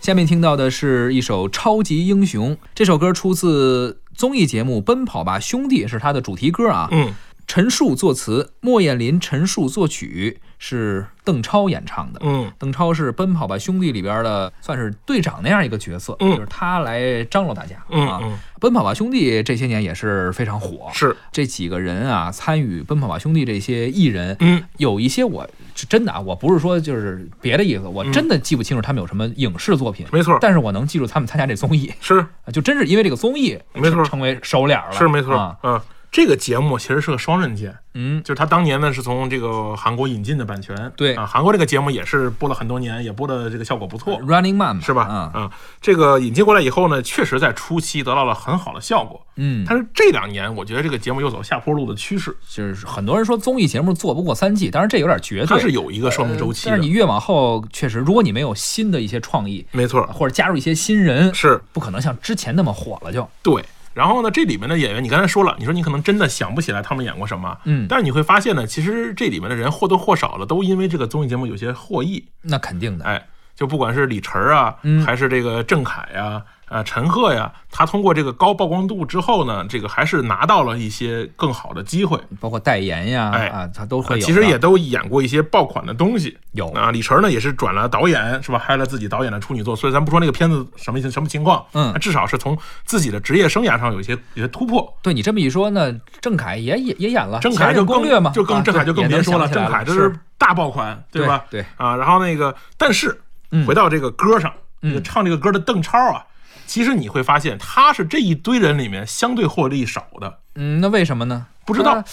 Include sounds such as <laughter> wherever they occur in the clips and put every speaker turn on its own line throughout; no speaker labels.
下面听到的是一首《超级英雄》，这首歌出自综艺节目《奔跑吧兄弟》，是它的主题歌啊。
嗯，
陈数作词，莫艳林、陈数作曲，是邓超演唱的。
嗯
邓超是《奔跑吧兄弟》里边的，算是队长那样一个角色，
嗯
就是他来张罗大家啊。
嗯
奔跑吧兄弟》这些年也是非常火
嗯，，是，
这几个人啊参与《奔跑吧兄弟》这些艺人，
嗯
有一些我是真的啊，我不是说就是别的意思，
嗯
我真的记不清楚他们有什么影视作品，
没 <laughs> 错，
但是我能记住他们参加这综艺，
是
啊就真是因为这个综艺
没错
成为首脸了，
是没错
啊，
嗯。这个节目其实是个双刃剑，
嗯，
就是他当年呢是从这个韩国引进的版权，
对
啊，韩国这个节目也是播了很多年，也播的这个效果不错，
Running Man 嘛
是吧？
啊，
啊，这个引进过来以后呢，确实在初期得到了很好的效果，
嗯，
但是这两年我觉得这个节目又走下坡路的趋势，
就是很多人说综艺节目做不过三季，当然这有点绝
它
哎对，呃
是有一个生命周期
但
的
是你，越往后，确实，如果你没有新的一些创意，
没错，
或者加入一些新人，
是
不可能像之前那么火了就。
对。然后呢，这里面的演员，你刚才说了，你说你可能真的想不起来他们演过什么，
嗯
但是你会发现呢，其实这里面的人或多或少的都因为这个综艺节目有些获益，
那肯定的，
哎，就不管是李晨儿啊，
嗯
还是这个郑恺呀、啊，呃，陈赫呀，他通过这个高曝光度之后呢，这个还是拿到了一些更好的机会，
包括代言呀，
哎
啊，他都
呃
会有的。哦
其实也都演过一些爆款的东西。
有，
啊，李晨儿呢也是转了导演，是吧？拍了自己导演的处女作，所以咱不说那个片子什么什么情况，
嗯
那至少是从自己的职业生涯上有一些有些突破。
对你这么一说呢，郑恺也也也演了《
郑
前
恺
任
就
攻
更
略》嘛，
就更
啊
郑恺就更别说
了，也能
郑
想起来
恺
了
这是大爆款，对吧？
对
啊，然后那个，但是
嗯
回到这个歌上，
嗯
这个唱这个歌的邓超啊，其实你会发现他是这一堆人里面相对获利少的，
嗯，那为什么呢？
不知道
他，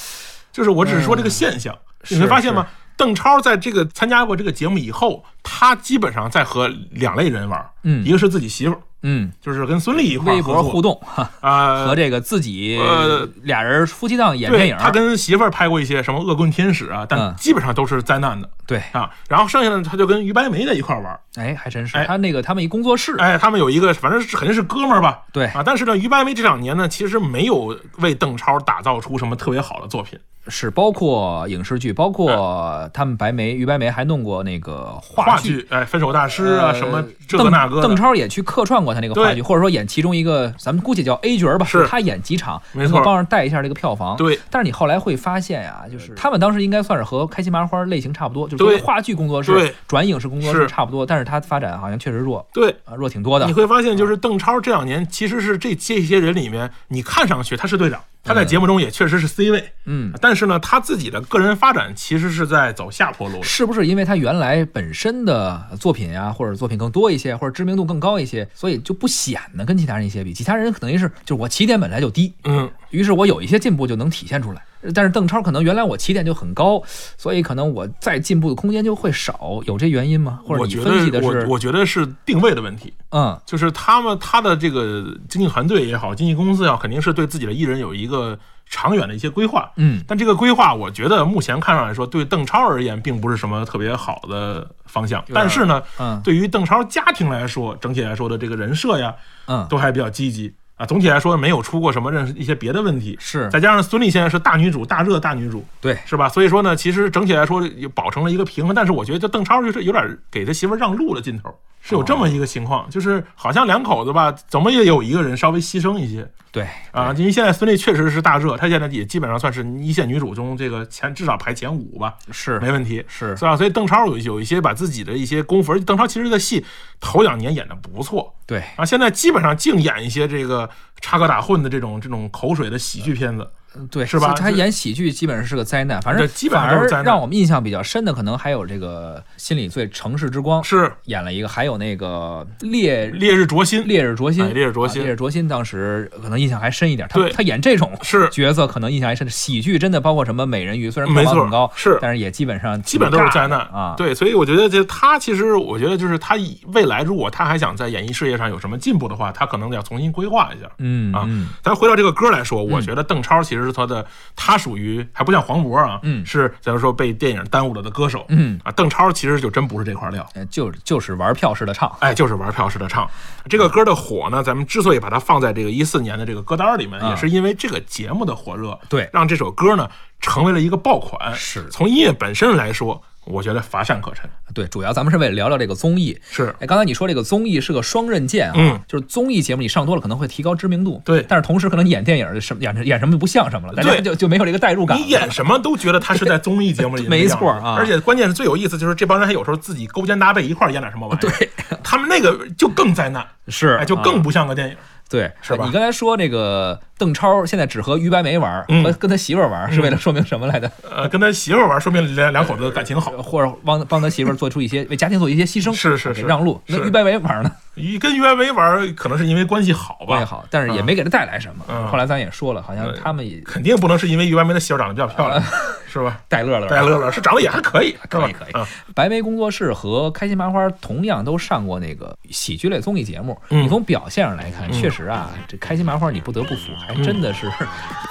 就是我只是说这个现象，
啊嗯是
你会发现吗？邓超在这个参加过这个节目以后，他基本上在和两类人玩，
嗯
一个是自己媳妇儿，
嗯，
就是跟孙俪一块儿
微博
合作
互动哈
啊，
和这个自己
呃
俩人夫妻档演电
对，
影，
他跟媳妇儿拍过一些什么《恶棍天使》啊，但
嗯
基本上都是灾难的。
对，
啊，然后剩下的他就跟于白梅在一块儿玩儿，
哎，还真是
哎
他那个他们一工作室，
哎，他们有一个，反正是肯定是哥们儿吧，
对
啊，但是呢，于白梅这两年呢，其实没有为邓超打造出什么特别好的作品，
是包括影视剧，包括他们白梅于白梅还弄过那个
哎话
话剧。
剧，哎，分手大师啊，
呃
什么这个那个的
邓邓超也去客串过他那个话
对
剧，或者说演其中一个，咱们估计叫 A 角儿吧，
是
就他演几场，
没
能够
错
帮着带一下这个票房。
对，
但是你后来会发现呀、就是他们当时应该算是和开心麻花类型差不多，就是
对
说话剧工作
对
室转影视工作室
是
差不多，但是他发展好像确实弱
对。
啊，弱挺多的
你。会发现，就是邓超这两年其实是这这些人里面，你看上去他是队长，他在节目中也确实是 C 位，
嗯，
但是呢，他自己的个人发展其实是在走下坡路的。
是不是因为他原来本身的作品啊，或者作品更多一些，或者知名度更高一些，所以就不显得跟其他人一些比？其他人等于是就是我起点本来就低，
嗯，
于是我有一些进步就能体现出来。但是邓超可能原来我起点就很高，所以可能我再进步的空间就会少，有这原因吗？或者
我
你
觉
分析
得
的
我
是，
我觉得是定位的问题。
嗯
就是他们他的这个经纪团队也好，经纪公司也好，肯定是对自己的艺人有一个长远的一些规划。
嗯，
但这个规划，我觉得目前看上来说，对邓超而言并不是什么特别好的方向。但是呢，
嗯
对于邓超家庭来说，整体来说的这个人设呀，
嗯，
都还比较积极啊。总体来说，没有出过什么认识一些别的问题。
是
再加上孙俪现在是大女主、大热大女主，
嗯对，
是吧？所以说呢，其实整体来说也保成了一个平衡，但是我觉得这邓超就是有点给他媳妇儿让路的劲头，是有这么一个情况，就是好像两口子吧，怎么也有一个人稍微牺牲一些
对
啊，因为现在孙俪确实是大热，她现在也基本上算是一线女主中这个前至少排前五吧，
是
没问题。
是
是吧？所以邓超有有一些把自己的一些功夫，而且邓超其实的戏头两年演的不错，
对，
啊，现在基本上净演一些这个插科打诨的这种这种口水的喜剧片子。
嗯对，
是吧
所以他
就
演喜剧基本上是个灾难，反正
对基本上都
反
是
而
灾难
让我们印象比较深的，可能还有这个心理罪《城市之光》
是
演了一个，还有那个烈
烈日灼心，
烈日灼心，
哎烈日灼心
啊烈日灼心，当时可能印象还深一点。他
对
他演这种
是
角色，可能印象还深。喜剧真的包括什么美人鱼，虽然
没
票
错
房很高，
是
但是也基本上
基本都是灾
挺尬
难
的啊。
对，所以我觉得这他其实，我觉得就是他以未来如果他还想在演艺事业上有什么进步的话，他可能要重新规划一下。
嗯
啊
嗯，
咱回到这个歌来说，我觉得邓超其实是他的，他属于还不像黄渤啊，
嗯
是咱们说被电影耽误了的歌手，
嗯
啊，邓超其实就真不是这块料。
呃就就是玩票式的唱，
哎，就是玩票式的唱。这个歌的火呢，咱们之所以把它放在这个一四年的这个歌单里面，
啊
也是因为这个节目的火热，
对
让这首歌呢成为了一个爆款。
是
从音乐本身来说，我觉得乏善可陈。
对，主要咱们是为了聊聊这个综艺。
是
哎，刚才你说这个综艺是个双刃剑啊，
嗯
就是综艺节目你上多了可能会提高知名度，
对
但是同时可能你演电影儿什么演演什么就不像什么了，大家
对
就就没有这个代入感了。
你演什么都觉得他是在综艺节目里
<laughs> 没
那样
错啊
而且关键是最有意思就是这帮人还有时候自己勾肩搭背一块儿演点什么玩意儿，
对，
<laughs> 他们那个就更灾难，
是
哎，就
啊
更不像个电影。
对，哎
是吧
你刚才说这个邓超现在只和于白眉玩儿，
嗯
和跟他媳妇儿玩儿，是为了说明什么来的？ <laughs>
呃，跟他媳妇儿玩，说明两两口子感情好。
或者帮帮他媳妇儿做出一些为家庭做一些牺牲，
是是
给
是
嗯让路。那
是
于白眉玩儿呢，
一跟袁维玩，可能是因为关系好
关系
吧，
好，但是也没给他带来什么。
嗯
后来咱也说了，好像
对
他们也
肯定不能是因为袁维的媳妇儿长得比较
<laughs>
漂亮，是吧？
带乐乐。
戴乐乐是长得也还可以，是吧
可以可以
嗯
白眉工作室和开心麻花同样都上过那个喜剧类综艺节目。
嗯
你从表现上来看，确实啊，这开心麻花你不得不服，
嗯
还真的是，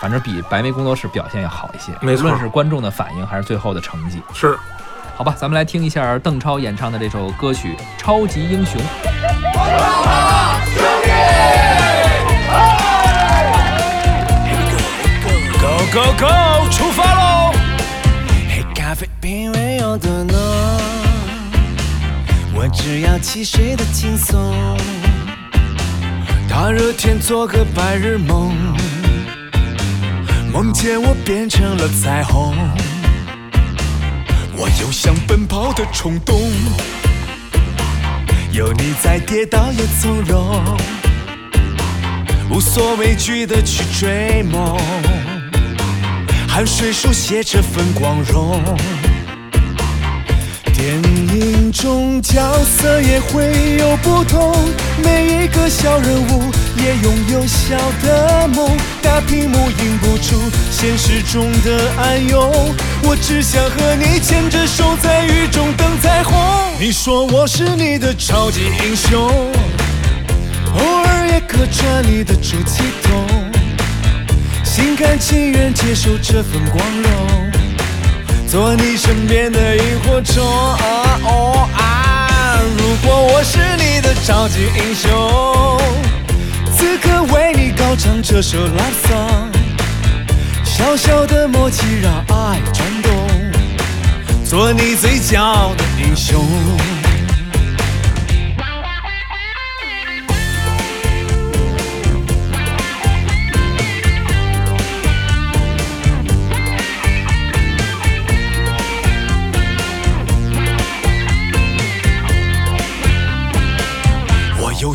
反正比白眉工作室表现要好一些。
没
无论
错
是观众的反应还是最后的成绩。
是。
好吧，咱们来听一下邓超演唱的这首歌曲《超级英雄》。
Go Go Go，出发喽！黑咖啡品味有多浓，我只要汽水的轻松。大热天做个白日梦，梦见我变成了彩虹，我有想奔跑的冲动，有你在，跌倒也从容。无所畏惧的去追梦，汗水书写这份光荣。电影中角色也会有不同，每一个小人物也拥有小的梦。大屏幕映不出现实中的暗涌，我只想和你牵着手在雨中等彩虹。你说我是你的超级英雄。偶尔也隔着你的出气筒，心甘情愿接受这份光荣，做你身边的萤火虫。啊哦啊！如果我是你的超级英雄，此刻为你高唱这首 love song，小小的默契让爱转动，做你最骄傲的英雄。我有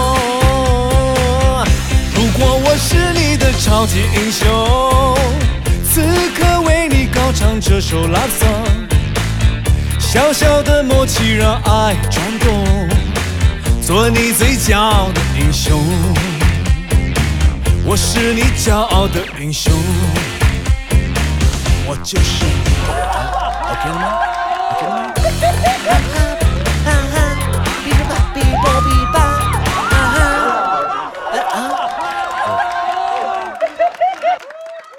如果我是你的超级英雄，此刻为你高唱这首 love song，小小的默契让爱转动，做你最骄傲的英雄。我是你骄傲的英雄，我就是你的英雄。